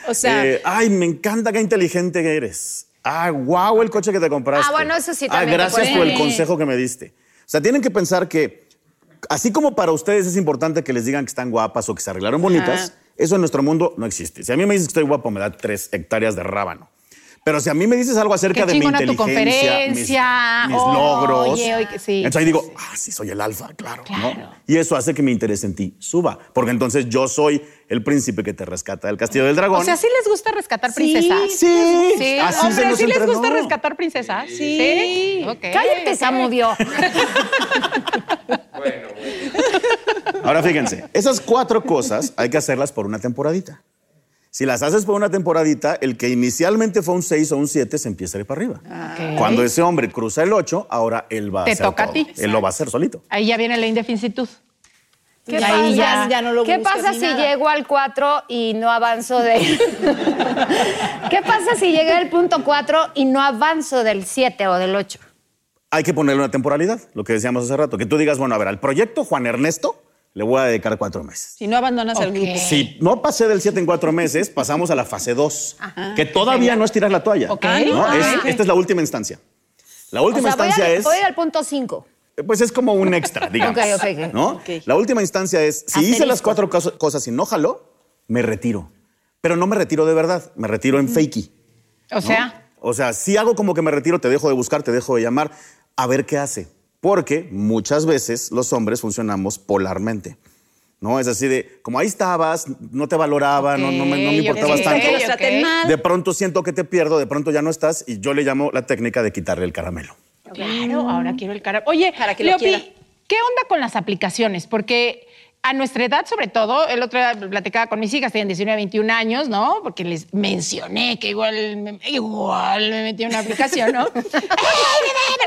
Speaker 2: O sea,
Speaker 3: Eh, ay, me encanta qué inteligente que eres. Ah, wow, el coche que te compraste.
Speaker 4: Ah, bueno, eso sí
Speaker 3: Ah,
Speaker 4: también te
Speaker 3: gracias
Speaker 4: puede-
Speaker 3: por el consejo que me diste. O sea, tienen que pensar que, así como para ustedes es importante que les digan que están guapas o que se arreglaron bonitas, eso en nuestro mundo no existe. Si a mí me dices que estoy guapo, me da tres hectáreas de rábano. Pero si a mí me dices algo acerca
Speaker 1: Qué
Speaker 3: de mi
Speaker 1: chingona tu
Speaker 3: inteligencia,
Speaker 1: conferencia.
Speaker 3: mis, mis
Speaker 1: Oye,
Speaker 3: logros,
Speaker 1: oye, que sí,
Speaker 3: entonces ahí
Speaker 1: sí,
Speaker 3: digo, ah, sí, soy el alfa, claro. ¿no?
Speaker 1: Claro.
Speaker 3: Y eso hace que mi interés en ti suba, porque entonces yo soy el príncipe que te rescata del castillo del dragón.
Speaker 1: O sea, ¿sí les gusta rescatar princesas?
Speaker 3: Sí,
Speaker 1: Sí,
Speaker 3: así se
Speaker 1: hombre,
Speaker 3: nos
Speaker 1: ¿sí les
Speaker 3: entrenó.
Speaker 1: gusta rescatar princesas? Sí. Ok.
Speaker 4: Cállate, Samu, Dios.
Speaker 3: Ahora fíjense, esas cuatro cosas hay que hacerlas por una temporadita. Si las haces por una temporadita, el que inicialmente fue un 6 o un 7 se empieza a ir para arriba. Cuando ese hombre cruza el 8, ahora él va a
Speaker 1: Te
Speaker 3: hacer
Speaker 1: toca a
Speaker 3: todo.
Speaker 1: ti.
Speaker 3: Él lo va a hacer solito.
Speaker 1: Ahí ya viene la indefinitud.
Speaker 4: ¿Qué
Speaker 1: Y
Speaker 4: pasa,
Speaker 1: ahí
Speaker 2: ya- ya no lo
Speaker 4: ¿Qué
Speaker 2: buscas
Speaker 4: pasa
Speaker 2: ni
Speaker 4: si
Speaker 2: nada?
Speaker 4: llego al 4 y no avanzo de... ¿Qué pasa si llegué al punto 4 y no avanzo del 7 o del 8?
Speaker 3: Hay que ponerle una temporalidad, lo que decíamos hace rato. Que tú digas, bueno, a ver, al proyecto Juan Ernesto le voy a dedicar cuatro meses.
Speaker 2: si no abandonas el
Speaker 1: Ok.
Speaker 2: grupo.
Speaker 3: Si no pasé del 7 en cuatro meses, pasamos a la fase 2, que todavía no es tirar la toalla.
Speaker 1: Ok.
Speaker 3: ¿no?
Speaker 1: Ah,
Speaker 3: Es-
Speaker 1: ok.
Speaker 3: esta es la última instancia. La
Speaker 4: O
Speaker 3: última
Speaker 4: sea, voy,
Speaker 3: instancia
Speaker 4: al,
Speaker 3: es...
Speaker 4: voy al punto 5.
Speaker 3: Eh, Pues es como un extra, digamos.
Speaker 4: Ok, ok, ok.
Speaker 3: ¿no?
Speaker 2: Ok.
Speaker 3: La última instancia es, si hice
Speaker 4: Asterisco.
Speaker 3: las cuatro caso- cosas y no jaló, me retiro. Pero no me retiro de verdad, me retiro en fakey.
Speaker 1: O sea,
Speaker 3: O sea, si hago como que me retiro, te dejo de buscar, te dejo de llamar, a ver qué hace. Porque muchas veces los hombres funcionamos polarmente. ¿No? Es así de, como ahí estabas, no te valoraba, Ah, no, no me, no me
Speaker 1: Ok,
Speaker 3: importabas
Speaker 1: ok,
Speaker 3: tanto.
Speaker 2: Que los traten
Speaker 1: ok.
Speaker 2: mal.
Speaker 3: De pronto siento que te pierdo, de pronto ya no estás, y yo le llamo la técnica de quitarle el caramelo.
Speaker 1: Claro, ahora quiero el cara. Oye,
Speaker 2: Para que lo
Speaker 1: Leopi,
Speaker 2: quiera.
Speaker 1: ¿qué onda con las aplicaciones? Porque a nuestra edad, sobre todo, el otro día platicaba con mis hijas, tenían 19, 21 años, ¿no? Porque les mencioné que igual me, igual me metí en una aplicación, ¿no?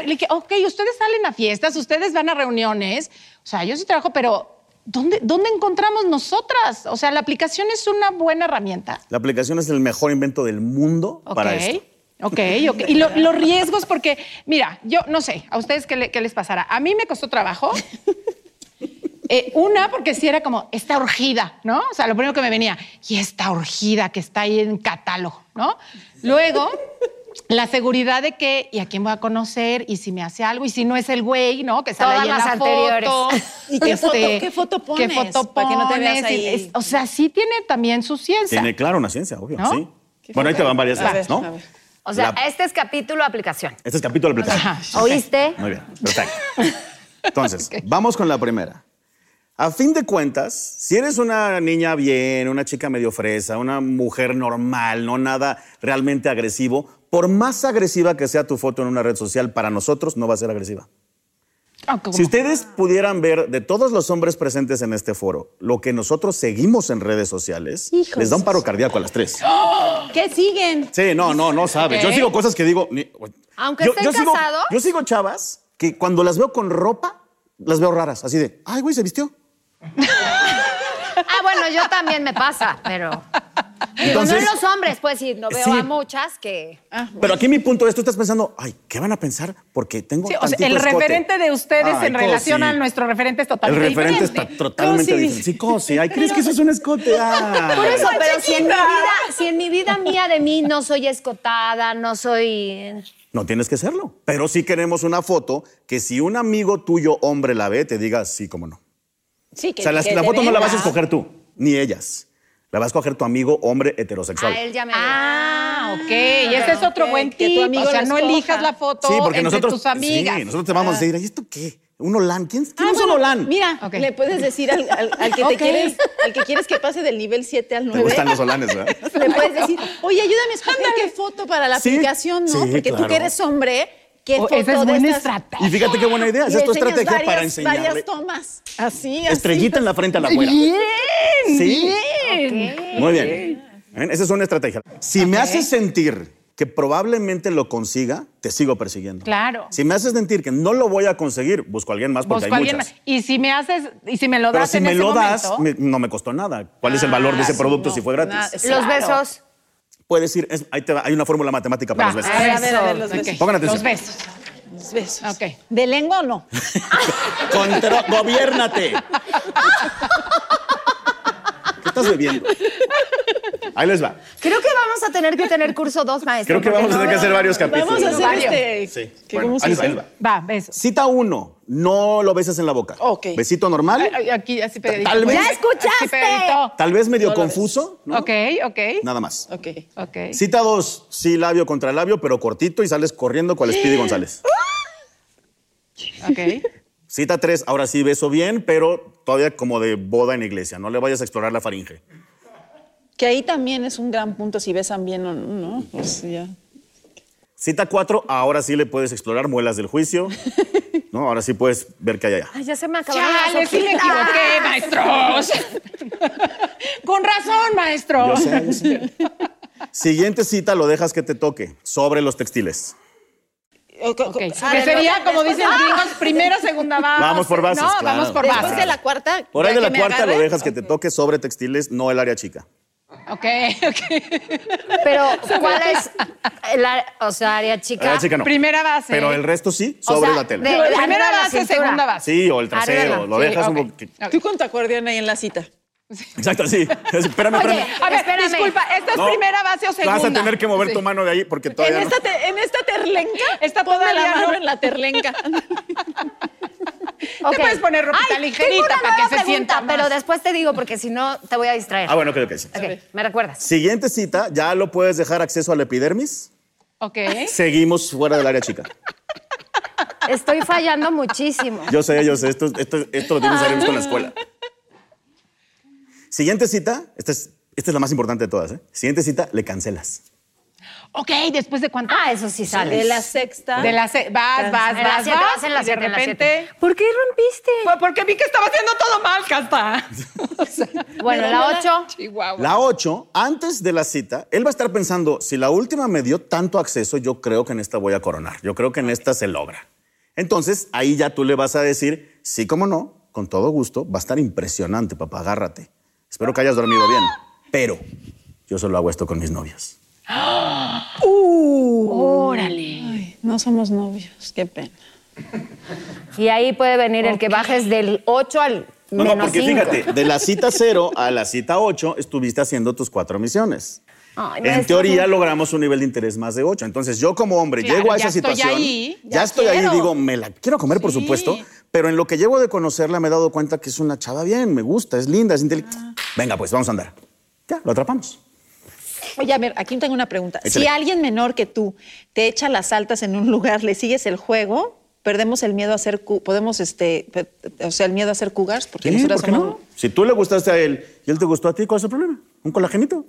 Speaker 1: Le dije, ok, ustedes salen a fiestas, ustedes van a reuniones. O sea, yo sí trabajo, pero ¿dónde, dónde encontramos nosotras? O sea, la aplicación es una buena herramienta.
Speaker 3: La aplicación es el mejor invento del mundo
Speaker 1: Ok,
Speaker 3: para esto.
Speaker 1: Ok, ok. Y lo- los riesgos, porque, mira, yo no sé, a ustedes qué, le- qué les pasará. A mí me costó trabajo. Eh, una, porque sí era como, esta urgida, ¿no? O sea, lo primero que me venía, y esta urgida que está ahí en catálogo, ¿no? Luego, la seguridad de que, ¿y a quién voy a conocer? ¿Y si me hace algo? ¿Y si no es el güey, no? Que sale
Speaker 4: Todas
Speaker 1: ahí en
Speaker 4: las
Speaker 1: la
Speaker 4: anteriores.
Speaker 1: foto.
Speaker 2: ¿Y qué foto-
Speaker 1: Este,
Speaker 2: qué foto
Speaker 1: ¿Qué
Speaker 2: pones?
Speaker 1: foto
Speaker 2: Para que no te
Speaker 1: pones?
Speaker 2: veas
Speaker 1: Y-
Speaker 2: ahí.
Speaker 1: es- o sea, sí tiene también su ciencia.
Speaker 3: Tiene, claro, una ciencia, obvio,
Speaker 1: ¿No?
Speaker 3: sí. Bueno, ahí te van varias
Speaker 2: A ver,
Speaker 3: cosas, ¿no?
Speaker 2: a ver.
Speaker 4: O sea,
Speaker 3: La-
Speaker 4: este es capítulo aplicación.
Speaker 3: Este es capítulo de aplicación.
Speaker 4: ¿Oíste?
Speaker 3: Muy bien, perfecto. Entonces, vamos con la primera. A fin de cuentas, si eres una niña bien, una chica medio fresa, una mujer normal, no nada realmente agresivo, por más agresiva que sea tu foto en una red social, para nosotros no va a ser agresiva.
Speaker 1: Ah, ¿cómo?
Speaker 3: Si ustedes pudieran ver de todos los hombres presentes en este foro, lo que nosotros seguimos en redes sociales, les da un paro cardíaco a las tres.
Speaker 2: ¿Qué siguen?
Speaker 3: Sí, no, no, no sabes. Yo sigo cosas que digo. ni-
Speaker 4: Aunque estén
Speaker 3: sigo-
Speaker 4: casados.
Speaker 3: yo sigo chavas que cuando las veo con ropa, las veo raras. Así de, ay, güey, se vistió.
Speaker 4: Ah, bueno, yo también me pasa, pero. Digo, no en los hombres, pues sí, no veo
Speaker 3: Sí. Ah,
Speaker 4: a muchas que.
Speaker 3: Pero aquí mi punto es, tú estás pensando, ay, ¿qué van a pensar? Porque tengo
Speaker 1: Sí, o sea,
Speaker 3: tantito
Speaker 1: el
Speaker 3: escote".
Speaker 1: referente de ustedes
Speaker 3: Ay,
Speaker 1: en relación
Speaker 3: cosi.
Speaker 1: a nuestro referente es
Speaker 3: El
Speaker 1: totalmente
Speaker 3: referente
Speaker 1: diferente.
Speaker 3: está totalmente
Speaker 2: Cosi.
Speaker 3: diferente. Sí, cosi. Ay, ¿crees que eso es un escote? Ah.
Speaker 4: Por eso, pero si en, mi
Speaker 1: chiquita.
Speaker 4: vida, si en mi vida mía de mí no soy escotada, no soy.
Speaker 3: No tienes que serlo. Pero sí queremos una foto que si un amigo tuyo, hombre, la ve, te diga, sí, cómo no.
Speaker 2: Sí, que,
Speaker 3: o sea, las-
Speaker 2: que
Speaker 3: la
Speaker 2: te
Speaker 3: foto no la vas a
Speaker 2: venga.
Speaker 3: escoger tú, ni ellas. La vas a escoger tu amigo, hombre heterosexual.
Speaker 4: A él ya me.
Speaker 1: Ah, ok. Y ese es otro
Speaker 2: Ok,
Speaker 1: buen
Speaker 2: que tu
Speaker 1: tip.
Speaker 2: amigo
Speaker 1: O sea,
Speaker 2: lo
Speaker 1: no
Speaker 2: escoja.
Speaker 1: elijas la foto
Speaker 3: Sí, porque
Speaker 1: entre
Speaker 3: nosotros.
Speaker 1: tus amigas.
Speaker 3: Sí, nosotros te vamos a decir, ¿y esto qué? ¿Un Olan? ¿Quién, quién
Speaker 2: Ah,
Speaker 3: es un
Speaker 2: bueno,
Speaker 3: Olan?
Speaker 2: Mira,
Speaker 1: Ok.
Speaker 2: le puedes decir al, al- al que te
Speaker 1: Ok.
Speaker 2: quieres, al que quieres que pase del nivel 7 al
Speaker 1: ¿eh?
Speaker 2: 9.
Speaker 3: Te gustan los Olanes, ¿verdad?
Speaker 2: Le puedes decir, oye, ayúdame a escoger qué foto para la
Speaker 3: Sí,
Speaker 2: aplicación, ¿no?
Speaker 3: sí,
Speaker 2: Porque
Speaker 3: claro.
Speaker 2: tú que eres hombre, qué
Speaker 1: Oh,
Speaker 2: foto
Speaker 1: esa es
Speaker 2: de
Speaker 1: buena
Speaker 2: estas-
Speaker 1: estrategia.
Speaker 3: Y fíjate qué buena idea.
Speaker 2: Y
Speaker 3: Esa es tu
Speaker 2: le enseñas
Speaker 3: estrategia para
Speaker 2: varias-
Speaker 3: enseñarle.
Speaker 2: Varias tomas. Así, así.
Speaker 3: Estrellita en la frente a la abuela.
Speaker 1: Bien,
Speaker 3: Sí.
Speaker 1: bien.
Speaker 3: Muy bien. ¿Ven? Esa es una estrategia. Si me haces sentir que probablemente lo consiga, te sigo persiguiendo.
Speaker 1: Claro.
Speaker 3: Si me haces sentir que no lo voy a conseguir, busco a alguien más porque
Speaker 1: Busco a
Speaker 3: hay
Speaker 1: alguien
Speaker 3: muchas.
Speaker 1: más. Y si me haces, y si me lo
Speaker 3: Pero
Speaker 1: das
Speaker 3: si
Speaker 1: en
Speaker 3: me
Speaker 1: ese
Speaker 3: lo das,
Speaker 1: momento, Ah,
Speaker 3: me- no me costó nada. ¿Cuál es el valor de ese producto si fue gratis?
Speaker 2: nada,
Speaker 4: Los besos.
Speaker 3: Puedes ir, es- ahí te va, hay una fórmula matemática para
Speaker 1: Va, ah,
Speaker 3: los besos.
Speaker 2: A ver, a ver, a ver, los
Speaker 1: Ok.
Speaker 2: besos.
Speaker 3: Pongan atención.
Speaker 1: Los besos.
Speaker 2: Los besos.
Speaker 1: Ok.
Speaker 2: ¿De lengua o no?
Speaker 3: Contro- gobiérnate. ¿Qué estás bebiendo? Ahí les va.
Speaker 4: Creo que vamos a tener que tener curso dos, maestro.
Speaker 3: Creo que
Speaker 4: porque
Speaker 3: vamos a
Speaker 4: no-
Speaker 3: tener que hacer varios capítulos.
Speaker 2: Vamos a hacer
Speaker 1: Varios.
Speaker 2: este.
Speaker 3: Sí.
Speaker 2: que
Speaker 3: Bueno,
Speaker 2: ¿Cómo se
Speaker 3: ahí les va, ahí
Speaker 2: dice?
Speaker 3: les va.
Speaker 1: Va, besos.
Speaker 3: Cita uno, no lo besas en la boca.
Speaker 2: Ok.
Speaker 3: Besito normal.
Speaker 1: Ay, ay, Aquí, así pegadito.
Speaker 3: Tal vez- ¡Ya
Speaker 4: escuchaste!
Speaker 1: Así pegadito.
Speaker 3: Tal vez medio confuso. ¿no?
Speaker 1: Ok, ok.
Speaker 3: Nada más.
Speaker 2: Ok.
Speaker 1: Ok.
Speaker 3: Cita dos, sí, labio contra labio, pero cortito y sales corriendo cual Speedy González.
Speaker 1: Ok.
Speaker 3: Cita tres, ahora sí beso bien, pero todavía como de boda en iglesia. No le vayas a explorar la faringe.
Speaker 2: Que ahí también es un gran punto si besan bien o no, ¿no? Pues ya.
Speaker 3: Cita cuatro, ahora sí le puedes explorar muelas del juicio. ¿No? Ahora sí puedes ver qué hay allá.
Speaker 4: Ay, ya se me acabó.
Speaker 1: Chale, sí me equivoqué, maestros. Con razón, maestro.
Speaker 3: Yo sé, yo sé. Siguiente cita lo dejas que te toque sobre los textiles.
Speaker 2: Ok, ok.
Speaker 1: Ok,
Speaker 2: Ah,
Speaker 1: que
Speaker 2: de-
Speaker 1: sería, como dicen los gringos, primera, segunda base.
Speaker 3: Vamos por bases,
Speaker 1: No,
Speaker 3: claro.
Speaker 1: vamos por
Speaker 2: Después
Speaker 1: bases.
Speaker 2: de la cuarta.
Speaker 3: Por
Speaker 2: ya
Speaker 3: ahí de
Speaker 2: que
Speaker 3: la
Speaker 2: me
Speaker 3: cuarta
Speaker 2: agarre,
Speaker 3: lo dejas que te toque sobre textiles, no el área chica.
Speaker 1: Ok, ok.
Speaker 4: Pero, ¿cuál es la, o sea, área
Speaker 3: Área
Speaker 4: chica?
Speaker 3: chica no.
Speaker 1: Primera base.
Speaker 3: Pero el resto sí,
Speaker 4: O
Speaker 3: sobre
Speaker 4: sea,
Speaker 3: la tela.
Speaker 4: de-
Speaker 1: Pero
Speaker 4: arriba
Speaker 1: primera
Speaker 4: de la
Speaker 1: base,
Speaker 4: cintura.
Speaker 1: segunda base.
Speaker 3: Sí, o el trasero,
Speaker 4: Arriba,
Speaker 3: lo
Speaker 1: sí,
Speaker 3: dejas
Speaker 1: ok.
Speaker 3: un poquito.
Speaker 2: Tú con tu acordeón ahí en la cita.
Speaker 3: Exacto, sí. Espérame, espérame.
Speaker 1: A ver,
Speaker 4: Espérame.
Speaker 1: disculpa, ¿esta es
Speaker 3: No,
Speaker 1: primera base o segunda?
Speaker 3: Vas a tener que mover
Speaker 1: Sí.
Speaker 3: tu mano de ahí porque
Speaker 2: En
Speaker 3: todavía no.
Speaker 2: esta, te- en esta terlenca.
Speaker 1: Esta
Speaker 2: Pon la
Speaker 1: todavía
Speaker 2: mano
Speaker 1: no.
Speaker 2: en la terlenca.
Speaker 4: Ok.
Speaker 1: Te puedes poner ropita
Speaker 4: Ay, tengo
Speaker 1: ligerita
Speaker 4: una
Speaker 1: para que
Speaker 4: nueva
Speaker 1: se sienta
Speaker 4: pregunta,
Speaker 1: más.
Speaker 4: Pero después te digo, porque si no, te voy a distraer.
Speaker 3: Ah, bueno, creo que sí.
Speaker 4: Ok, ¿me recuerdas?
Speaker 3: Siguiente cita, ya lo puedes dejar acceso al epidermis.
Speaker 1: Ok.
Speaker 3: Seguimos fuera del área chica.
Speaker 4: Estoy fallando muchísimo.
Speaker 3: Yo sé, yo sé, esto, esto, esto lo tienes que haber visto en la escuela. Siguiente cita, esta es, esta es la más importante de todas, ¿eh? Siguiente cita, le cancelas.
Speaker 1: Ok, ¿después de cuánto?
Speaker 4: Ah, eso sí sale.
Speaker 2: De la sexta.
Speaker 1: De la se- vas, vas,
Speaker 4: En la
Speaker 1: vas,
Speaker 4: siete,
Speaker 1: vas,
Speaker 4: vas en
Speaker 1: y
Speaker 4: la
Speaker 1: de
Speaker 4: siete, en la
Speaker 1: repente...
Speaker 4: siete. ¿Por qué rompiste?
Speaker 1: Pues porque vi que estaba haciendo todo mal, Casta. O sea,
Speaker 4: Bueno, la ocho.
Speaker 1: Chihuahua.
Speaker 3: La 8, antes de la cita, él va a estar pensando, si la última me dio tanto acceso, yo creo que en esta voy a coronar, yo creo que en esta se logra. Entonces, ahí ya tú le vas a decir, sí, como no, con todo gusto, va a estar impresionante, papá, agárrate. Espero que hayas dormido bien, pero yo solo hago esto con mis novias.
Speaker 2: Ay, no somos novios. Qué pena.
Speaker 4: Y ahí puede venir el que bajes del 8 al
Speaker 3: No, no,
Speaker 4: menos
Speaker 3: porque
Speaker 4: cinco.
Speaker 3: fíjate, de la cita 0 a la cita 8 estuviste haciendo tus cuatro misiones.
Speaker 4: Ay,
Speaker 3: en
Speaker 4: maestro,
Speaker 3: teoría
Speaker 4: no.
Speaker 3: logramos un nivel de interés más de 8. Entonces yo como hombre
Speaker 1: Claro,
Speaker 3: llego a
Speaker 1: ya
Speaker 3: esa
Speaker 1: estoy
Speaker 3: situación,
Speaker 1: ahí,
Speaker 3: ya,
Speaker 4: ya
Speaker 3: estoy ahí
Speaker 4: quiero.
Speaker 3: y digo, me la quiero comer, por
Speaker 1: Sí.
Speaker 3: supuesto, pero en lo que llevo de conocerla me he dado cuenta que es una chava bien, me gusta, es linda, es inteligente. Venga, pues vamos a andar. Ya, lo atrapamos.
Speaker 2: Oye, a ver, aquí tengo una pregunta.
Speaker 3: Échale.
Speaker 2: Si alguien menor que tú te echa las altas en un lugar, le sigues el juego, perdemos el miedo a ser, cu- podemos, este, pe- o sea, el miedo a ser cougars, porque
Speaker 3: Sí,
Speaker 2: nosotras
Speaker 3: ¿por qué no?
Speaker 2: somos-
Speaker 3: Si tú le gustaste a él y él te gustó a ti, ¿cuál es el problema? ¿Un colagenito?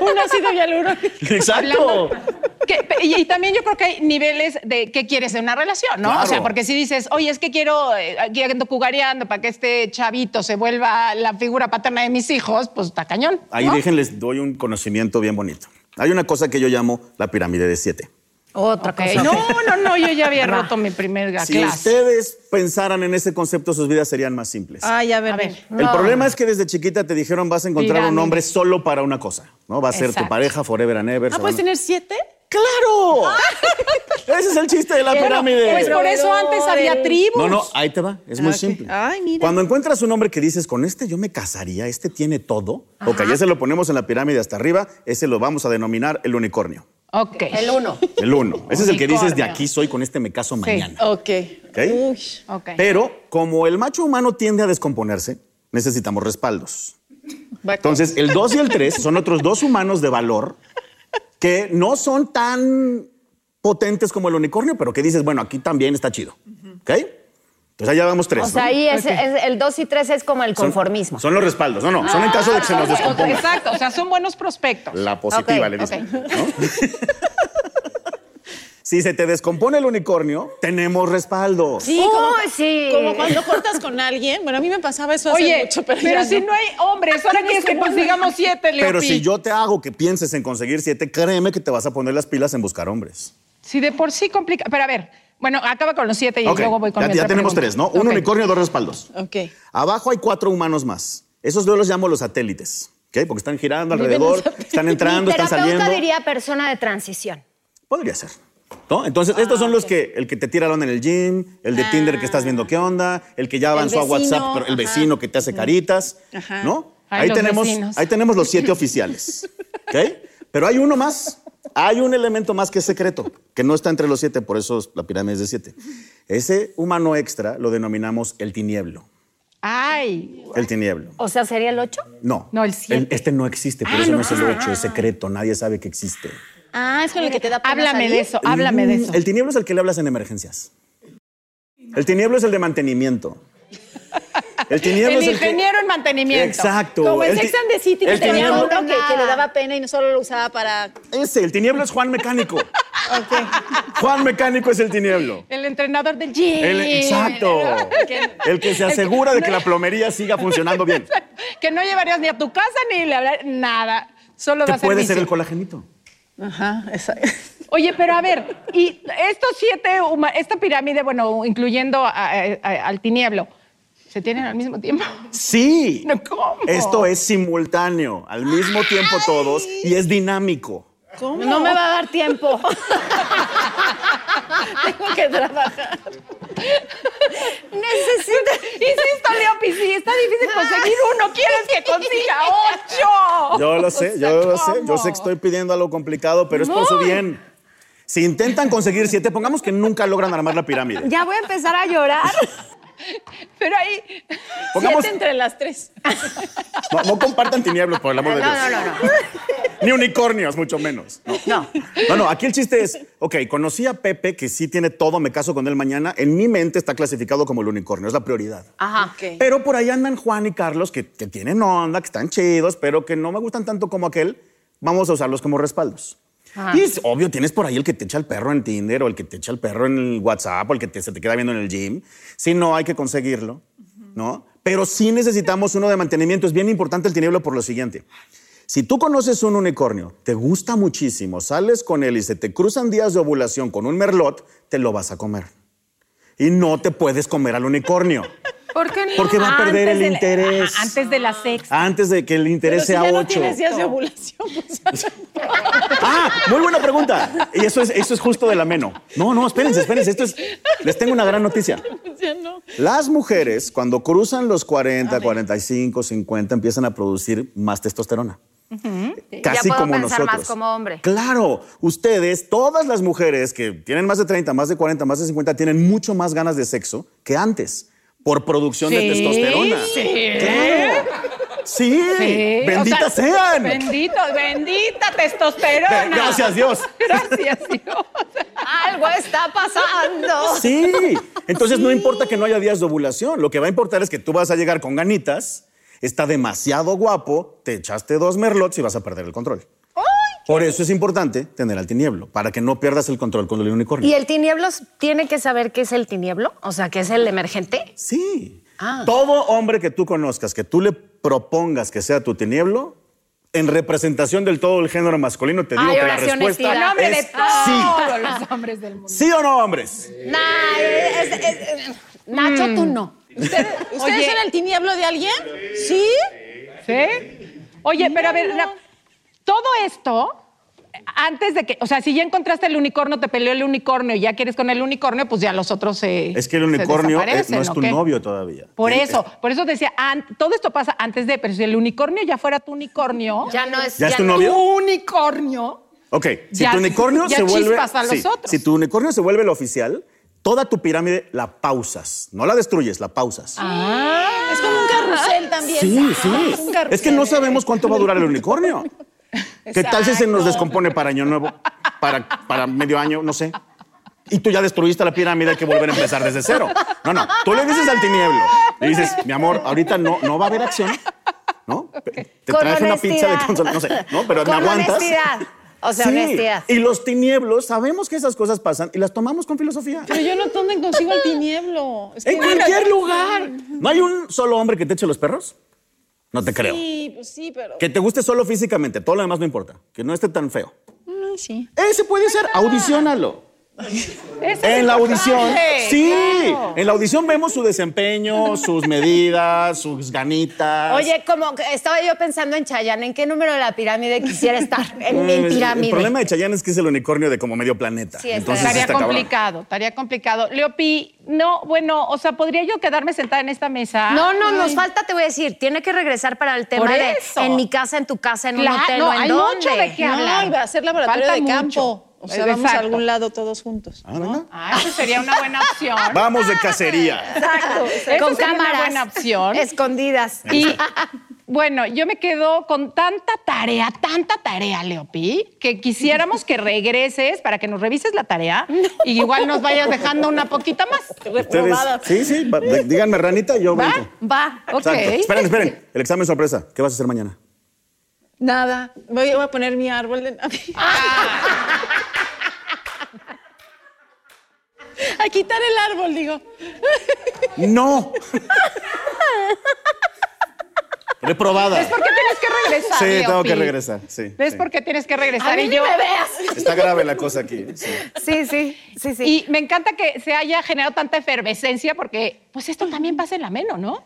Speaker 1: Un ácido hialurónico.
Speaker 3: Exacto.
Speaker 1: Que- pe- y, y también yo creo que hay niveles de qué quieres de una relación, ¿no?
Speaker 3: Claro.
Speaker 1: O sea, porque si dices, oye, es que quiero, eh, aquí ando cugareando para que este chavito se vuelva la figura paterna de mis hijos, pues está cañón.
Speaker 3: Ahí
Speaker 1: ¿no?
Speaker 3: déjenles, doy un conocimiento bien bonito. Hay una cosa que yo llamo la pirámide de siete.
Speaker 4: Otra
Speaker 1: Ok,
Speaker 4: cosa.
Speaker 1: No, no, no, yo ya había roto mi primer
Speaker 3: Si
Speaker 1: clase.
Speaker 3: ustedes pensaran en ese concepto, sus vidas serían más simples.
Speaker 2: Ay, a ver,
Speaker 1: A ver.
Speaker 3: El problema es que desde chiquita te dijeron vas a encontrar un
Speaker 1: Pirámide.
Speaker 3: hombre solo para una cosa, ¿no? Va a ser tu
Speaker 1: Exacto. pues
Speaker 3: pareja forever and ever.
Speaker 2: Ah,
Speaker 3: se
Speaker 2: ¿puedes
Speaker 3: van a-
Speaker 2: tener siete?
Speaker 3: ¡Claro! Ese es el chiste de la pirámide.
Speaker 1: Ah. Pues por eso antes había tribus.
Speaker 3: No, no, ahí te va. Es muy
Speaker 2: ok.
Speaker 3: simple.
Speaker 2: Ay, mira.
Speaker 3: Cuando encuentras un hombre que dices, con este yo me casaría, este tiene todo. Ok, ese lo ponemos en la pirámide hasta arriba, ese lo vamos a denominar el unicornio.
Speaker 1: Ok.
Speaker 4: El uno.
Speaker 3: El uno. Ese es el que dices, de
Speaker 1: Unicornio.
Speaker 3: aquí soy, con este me caso mañana.
Speaker 2: Ok.
Speaker 3: ¿Ok?
Speaker 2: Uy.
Speaker 1: Ok.
Speaker 3: Pero como el macho humano tiende a descomponerse, necesitamos respaldos.
Speaker 2: va
Speaker 3: Entonces, el 2 y el 3 son otros dos humanos de valor que no son tan potentes como el unicornio, pero que dices, bueno, aquí también está chido. ¿Ok? Entonces, allá vamos tres.
Speaker 4: O sea,
Speaker 3: ¿no?
Speaker 4: ahí es, es- el 2 y 3 es como el
Speaker 3: Son-
Speaker 4: conformismo.
Speaker 3: Son, los respaldos. No, no, son en caso de que se nos
Speaker 1: Ok, ok,
Speaker 3: descomponga.
Speaker 1: Exacto, o sea, son buenos prospectos.
Speaker 3: La positiva,
Speaker 4: Ok,
Speaker 3: le dicen. ¿no? si se te descompone el unicornio, tenemos respaldos.
Speaker 2: Sí,
Speaker 4: Uy,
Speaker 2: como,
Speaker 4: sí.
Speaker 2: como cuando cortas con alguien. Bueno, a mí me pasaba eso hace
Speaker 1: Oye,
Speaker 2: mucho,
Speaker 1: pero,
Speaker 2: pero, ya
Speaker 1: si no hay hombres, ahora quieres que consigamos siete, Leopi.
Speaker 3: Pero si yo te hago que pienses en conseguir siete, créeme que te vas a poner las pilas en buscar hombres.
Speaker 1: Si de por sí complica. Pero a ver, bueno, acaba con los siete y
Speaker 3: Ok,
Speaker 1: luego voy con
Speaker 3: ya,
Speaker 1: mi
Speaker 3: ya
Speaker 1: otra
Speaker 3: tenemos tres,
Speaker 1: pregunta.
Speaker 3: ¿no? Un
Speaker 1: Ok.
Speaker 3: unicornio, dos respaldos.
Speaker 2: Ok.
Speaker 3: Abajo hay cuatro humanos más. Esos yo los llamo los satélites, ¿ok? Porque están girando
Speaker 2: Viven en
Speaker 3: alrededor,
Speaker 2: satélite.
Speaker 3: están
Speaker 4: Mi
Speaker 3: entrando, están
Speaker 4: terapeuta
Speaker 3: saliendo.
Speaker 4: diría persona de transición.
Speaker 3: Podría ser. ¿No? Entonces, estos
Speaker 1: Ah,
Speaker 3: son los que, el que te tira la onda en el gym, el de Tinder que estás viendo qué onda, el que ya avanzó a
Speaker 2: vecino,
Speaker 3: WhatsApp, pero el
Speaker 2: ajá.
Speaker 3: vecino que te hace caritas,
Speaker 2: Ajá.
Speaker 3: ¿no?
Speaker 1: Ay,
Speaker 3: ahí,
Speaker 1: los
Speaker 3: tenemos,
Speaker 1: vecinos.
Speaker 3: ahí tenemos los siete oficiales, ¿ok? Pero hay uno más, hay un elemento más que es secreto, que no está entre los siete, por eso la pirámide es de siete. Ese humano extra lo denominamos el tinieblo,
Speaker 1: Ay,
Speaker 3: el tinieblo.
Speaker 4: O sea, sería el 8.
Speaker 3: No,
Speaker 1: No, el siete. Ah,
Speaker 3: este no existe, por eso no, es el ocho, es secreto, nadie sabe que existe.
Speaker 2: Ah, es con el que te da pena
Speaker 1: háblame
Speaker 2: salir.
Speaker 1: de eso, háblame de
Speaker 3: Mm,
Speaker 1: eso.
Speaker 3: El tinieblo es el que le hablas en emergencias. El tinieblo es el de mantenimiento. El tinieblo
Speaker 1: El
Speaker 3: es el que-
Speaker 1: ingeniero en mantenimiento.
Speaker 3: Exacto.
Speaker 2: Como en
Speaker 3: ti-
Speaker 2: Sex and the City, que
Speaker 3: el
Speaker 2: tenía
Speaker 3: tinieblo,
Speaker 2: uno que, que le daba pena y no solo lo usaba para...
Speaker 3: Ese, el tinieblo es Juan Mecánico. Juan Mecánico es el tinieblo.
Speaker 1: El entrenador del gym.
Speaker 3: El- exacto. El que se asegura de que la plomería siga funcionando bien.
Speaker 1: Que no llevarías ni a tu casa ni le hablar nada. Solo
Speaker 3: Que
Speaker 1: da
Speaker 3: puede
Speaker 1: servicio.
Speaker 3: ser el colagenito.
Speaker 2: Ajá, exacto.
Speaker 1: Oye, pero a ver, y estos siete, huma- esta pirámide, bueno, incluyendo a- a- a- al tinieblo, ¿se tienen al mismo tiempo?
Speaker 3: Sí.
Speaker 1: No, ¿cómo?
Speaker 3: Esto es simultáneo, al mismo tiempo todos, y es dinámico.
Speaker 2: ¿Cómo?
Speaker 4: No me va a dar tiempo.
Speaker 2: Tengo que trabajar.
Speaker 4: Necesito.
Speaker 1: Insisto, Leopi, sí, está difícil conseguir uno. ¿Quieres que consiga ocho?
Speaker 3: Yo lo sé,
Speaker 1: O sea,
Speaker 3: yo lo sé. Yo
Speaker 1: ¿cómo?
Speaker 3: sé que estoy pidiendo algo complicado, pero es por su bien. Si intentan conseguir siete, pongamos que nunca logran armar la pirámide.
Speaker 4: Ya voy a empezar a llorar.
Speaker 1: Pero ahí.
Speaker 3: Pongamos,
Speaker 2: Siete entre las tres.
Speaker 3: no, no compartan tinieblos, por el amor de Dios.
Speaker 4: no, no.
Speaker 3: Ni unicornios, mucho menos. No. no. No, aquí el chiste es, ok, conocí a Pepe, que sí tiene todo, me caso con él mañana. En mi mente está clasificado como el unicornio, es la prioridad.
Speaker 4: Ajá.
Speaker 2: Ok.
Speaker 3: Pero por ahí andan Juan y Carlos, que, que tienen onda, que están chidos, pero que no me gustan tanto como aquel. Vamos a usarlos como respaldos. Y es obvio, tienes por ahí el que te echa el perro en Tinder o el que te echa el perro en el WhatsApp o el que te- se te queda viendo en el gym. Si no, hay que conseguirlo, ¿no? Pero sí necesitamos uno de mantenimiento. Es bien importante el tinieblo por lo siguiente. Si tú conoces un unicornio, te gusta muchísimo, sales con él y se te cruzan días de ovulación con un merlot, te lo vas a comer. Y no te puedes comer al unicornio.
Speaker 1: ¿Por qué no?
Speaker 3: Porque va a perder el interés.
Speaker 1: Ajá, antes de la sexta.
Speaker 3: Antes de que el
Speaker 2: Pero
Speaker 3: interés
Speaker 2: si
Speaker 3: sea
Speaker 2: ya no
Speaker 3: 8.
Speaker 2: tienes días de ovulación, pues...
Speaker 3: ah, muy buena pregunta. Y eso es, eso es justo del ameno. No, no, espérense, espérense. Esto es, les tengo una gran noticia.
Speaker 2: pues ya no.
Speaker 3: Las mujeres, cuando cruzan los 40, 45, 50, empiezan a producir más testosterona. Casi
Speaker 4: Ya puedo
Speaker 3: como
Speaker 4: pensar más
Speaker 3: nosotros.
Speaker 4: como hombre.
Speaker 3: Claro, ustedes, todas las mujeres que tienen más de 30, más de 40, más de 50, tienen mucho más ganas de sexo que antes por producción de testosterona.
Speaker 1: Sí.
Speaker 3: Claro. Sí,
Speaker 1: Sí, o
Speaker 3: benditas
Speaker 1: sea,
Speaker 3: sean.
Speaker 1: Bendito, bendita testosterona.
Speaker 3: Gracias Dios.
Speaker 1: Gracias, Dios.
Speaker 4: Algo está pasando.
Speaker 3: Sí. Entonces no importa que no haya días de ovulación. Lo que va a importar es que tú vas a llegar con ganitas, está demasiado guapo, te echaste dos merlots y vas a perder el control. Por eso es importante tener al tinieblo, para que no pierdas el control con el unicornio.
Speaker 4: ¿Y el tinieblos tiene que saber qué es el tinieblo? O sea, ¿qué es el emergente?
Speaker 3: Sí.
Speaker 1: Ah.
Speaker 3: Todo hombre que tú conozcas, que tú le propongas que sea tu tinieblo, en representación del todo el género masculino, te digo
Speaker 4: Ay,
Speaker 3: que la
Speaker 4: ahora sí,
Speaker 3: respuesta
Speaker 4: honestidad.
Speaker 1: Hombre de
Speaker 3: es
Speaker 1: todos los hombres del mundo.
Speaker 3: sí. ¿Sí o no, hombres?
Speaker 4: Nah, es- es- es- Nacho,
Speaker 1: Mm.
Speaker 4: tú no.
Speaker 2: ¿Ustedes
Speaker 1: Oye.
Speaker 2: son el tinieblo de alguien? ¿Sí?
Speaker 1: ¿Sí? Oye, pero a ver, la- todo esto, antes de que, o sea, si ya encontraste el unicornio, te peleó el unicornio y ya quieres con el unicornio, pues ya los otros se.
Speaker 3: Es que el
Speaker 1: se
Speaker 3: unicornio eh,
Speaker 1: desaparecen,
Speaker 3: no es
Speaker 1: ¿o
Speaker 3: tu
Speaker 1: qué?
Speaker 3: novio Eh, todavía.
Speaker 1: Por
Speaker 3: Él-
Speaker 1: eso, por eso decía, an- todo esto pasa antes de, pero si el unicornio ya fuera tu unicornio,
Speaker 4: Ya no es.
Speaker 3: ¿Ya es tu
Speaker 4: no-
Speaker 3: novio?
Speaker 1: tu unicornio.
Speaker 3: Ok, si
Speaker 1: Ya-
Speaker 3: tu unicornio
Speaker 1: ya
Speaker 3: se vuelve.
Speaker 1: chispas a los
Speaker 3: sí,
Speaker 1: otros.
Speaker 3: Si tu unicornio se vuelve el oficial, toda tu pirámide la pausas. No la destruyes, la pausas.
Speaker 1: Ah,
Speaker 2: Es como un carrusel también.
Speaker 3: sí, sí.
Speaker 2: Es un carrusel.
Speaker 3: Es que no sabemos cuánto va a durar el unicornio. ¿Qué tal si se nos descompone para año nuevo? Para, para medio año, no sé. Y tú ya destruiste la pirámide, hay que volver a empezar desde cero. No, no. Tú le dices al tinieblo. Le dices, mi amor, ahorita no, no va a haber acción. ¿No? Te
Speaker 4: Con
Speaker 3: traes una pizza de
Speaker 4: honestidad.
Speaker 3: consola. No sé, ¿no? Pero
Speaker 4: Con
Speaker 3: me aguantas.
Speaker 4: honestidad. O sea,
Speaker 3: Sí.
Speaker 4: honestidad.
Speaker 3: Y los tinieblos, sabemos que esas cosas pasan y las tomamos con filosofía.
Speaker 2: Pero yo no tomen consigo el tinieblo. Es que
Speaker 3: En
Speaker 2: bueno,
Speaker 3: cualquier
Speaker 2: yo-
Speaker 3: lugar. ¿No hay un solo hombre que te eche los perros? No te creo.
Speaker 2: Sí, pues sí, pero.
Speaker 3: Que te guste solo físicamente, todo lo demás no importa. Que no esté tan feo.
Speaker 2: Ah, sí.
Speaker 3: Ese puede ser, audicionalo.
Speaker 1: Eso es
Speaker 3: En la
Speaker 1: importante.
Speaker 3: audición. Sí, en la audición vemos su desempeño, sus medidas, sus ganitas.
Speaker 4: Oye, como que estaba yo pensando en Chayanne, ¿en qué número de la pirámide quisiera estar? En mi
Speaker 3: Eh,
Speaker 4: pirámide.
Speaker 3: El problema de Chayanne es que es el unicornio de como medio planeta.
Speaker 4: Sí, está
Speaker 3: Entonces
Speaker 4: bien.
Speaker 1: Estaría
Speaker 3: está cabrón.
Speaker 1: complicado, estaría complicado. Leopi, no, bueno, o sea, ¿podría yo quedarme sentada en esta mesa?
Speaker 4: No, no, nos falta, te voy a decir, tiene que regresar para el tema
Speaker 1: Por
Speaker 4: de
Speaker 1: eso.
Speaker 4: en mi casa, en tu casa, en
Speaker 1: Claro,
Speaker 4: un hotel
Speaker 1: no,
Speaker 4: o en
Speaker 1: hay
Speaker 4: dónde.
Speaker 1: mucho de qué
Speaker 2: No,
Speaker 1: hablar.
Speaker 2: iba a ser laboratorio
Speaker 1: Falta
Speaker 2: de
Speaker 1: mucho.
Speaker 2: campo. Eh, O sea,
Speaker 1: Es
Speaker 2: vamos a
Speaker 1: exacto.
Speaker 2: algún lado todos juntos.
Speaker 3: Ah, ¿verdad?
Speaker 1: Ah, eso sería una buena opción.
Speaker 3: Vamos de cacería.
Speaker 4: Exacto.
Speaker 1: Eso sería una
Speaker 4: Con cámaras.
Speaker 1: buena opción.
Speaker 4: Escondidas.
Speaker 1: Y bueno, yo me quedo con tanta tarea, tanta tarea, Leopi, que quisiéramos que regreses para que nos revises la tarea y igual nos vayas dejando una poquita más.
Speaker 3: Ustedes, sí, sí, va- de- díganme ranita y yo
Speaker 1: ¿Va?
Speaker 3: brinco.
Speaker 1: Va, ok.
Speaker 3: Exacto. Esperen, esperen. El examen sorpresa. ¿Qué vas a hacer mañana?
Speaker 2: Nada. Voy, voy a poner mi árbol de Navidad. Ah. A quitar el árbol, digo.
Speaker 3: ¡No! Reprobada.
Speaker 1: ¿Ves por qué tienes que regresar?
Speaker 3: Sí, tengo
Speaker 1: Leopi?
Speaker 3: que regresar, sí,
Speaker 1: ¿Ves
Speaker 3: sí.
Speaker 1: por qué tienes que
Speaker 4: A
Speaker 1: regresar?
Speaker 4: mí
Speaker 1: y
Speaker 4: ni
Speaker 1: yo.
Speaker 4: me veas.
Speaker 3: Está grave la cosa aquí. sí.
Speaker 4: Sí, sí, sí, sí.
Speaker 1: Y me encanta que se haya generado tanta efervescencia porque, pues esto también pasa en la meno, ¿no?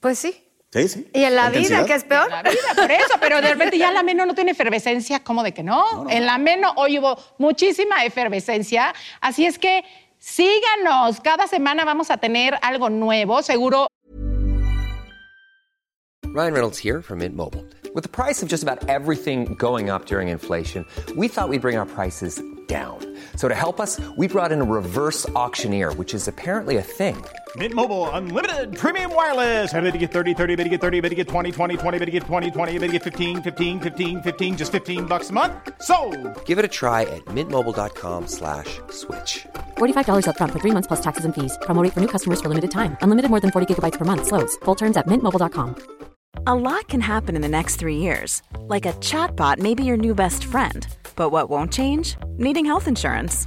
Speaker 4: pues sí.
Speaker 3: Sí, sí.
Speaker 4: Y en la
Speaker 3: Intensidad.
Speaker 4: vida, que es peor.
Speaker 1: La vida, por eso, pero de repente ya la meno no tiene efervescencia, ¿cómo de que no? En la meno hoy hubo muchísima efervescencia, así es que síganos, cada semana vamos a tener algo nuevo, seguro
Speaker 5: Ryan Reynolds here from Mint Mobile. With the price of just about everything going up during inflation, we thought we'd bring our prices down. So to help us, we brought in a reverse auctioneer, which is apparently a thing.
Speaker 6: Mint Mobile unlimited premium wireless. Ready to get 30, 30, bet you get 30, bet you get 20, 20, 20, bet you get 20, 20, bet you get 15, 15, 15, 15, just 15 bucks a month. Sold.
Speaker 5: Give it a try at mintmobile.com slash switch.
Speaker 7: $45 upfront for three months plus taxes and fees. Promo rate for new customers for limited time. Unlimited more than 40 gigabytes per month. Slows. Full terms at mintmobile.com.
Speaker 8: A lot can happen in the next three years. Like a chatbot may be your new best friend. But what won't change? Needing health insurance.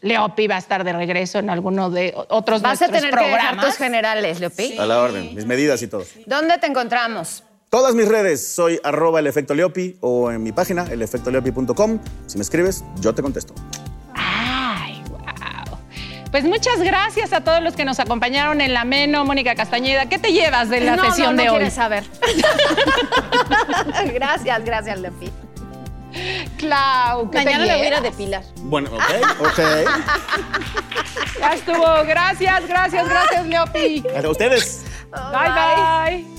Speaker 1: Leopi va a estar de regreso en alguno de otros
Speaker 4: Vas a
Speaker 1: nuestros
Speaker 4: tener que dejar
Speaker 1: programas.
Speaker 4: tus generales, Leopi.
Speaker 3: A la orden, mis medidas y todo.
Speaker 4: ¿Dónde te encontramos?
Speaker 3: Todas mis redes, soy arroba el efecto Leopi o en mi página, elefectoleopi.com. Si me escribes, yo te contesto.
Speaker 9: Ay, wow. Pues muchas gracias a todos los que nos acompañaron en la Meno, Mónica Castañeda. ¿Qué te llevas de la
Speaker 4: no,
Speaker 9: sesión
Speaker 4: no, no
Speaker 9: de hoy?
Speaker 4: quieres saber. gracias, gracias, Lepi.
Speaker 9: Clau, ¿qué te
Speaker 10: Mañana me voy a ir a
Speaker 9: llevas?
Speaker 10: depilar.
Speaker 3: Bueno, ok, ok.
Speaker 9: Ya estuvo. Gracias, gracias, gracias, Leopi.
Speaker 3: A ustedes.
Speaker 9: bye. bye.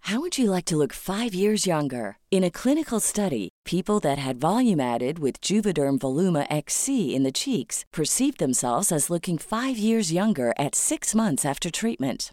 Speaker 11: How would you like to look five years younger? In a clinical study, people that had volume added with Juvederm Voluma XC in the cheeks perceived themselves as looking five years younger at six months after treatment.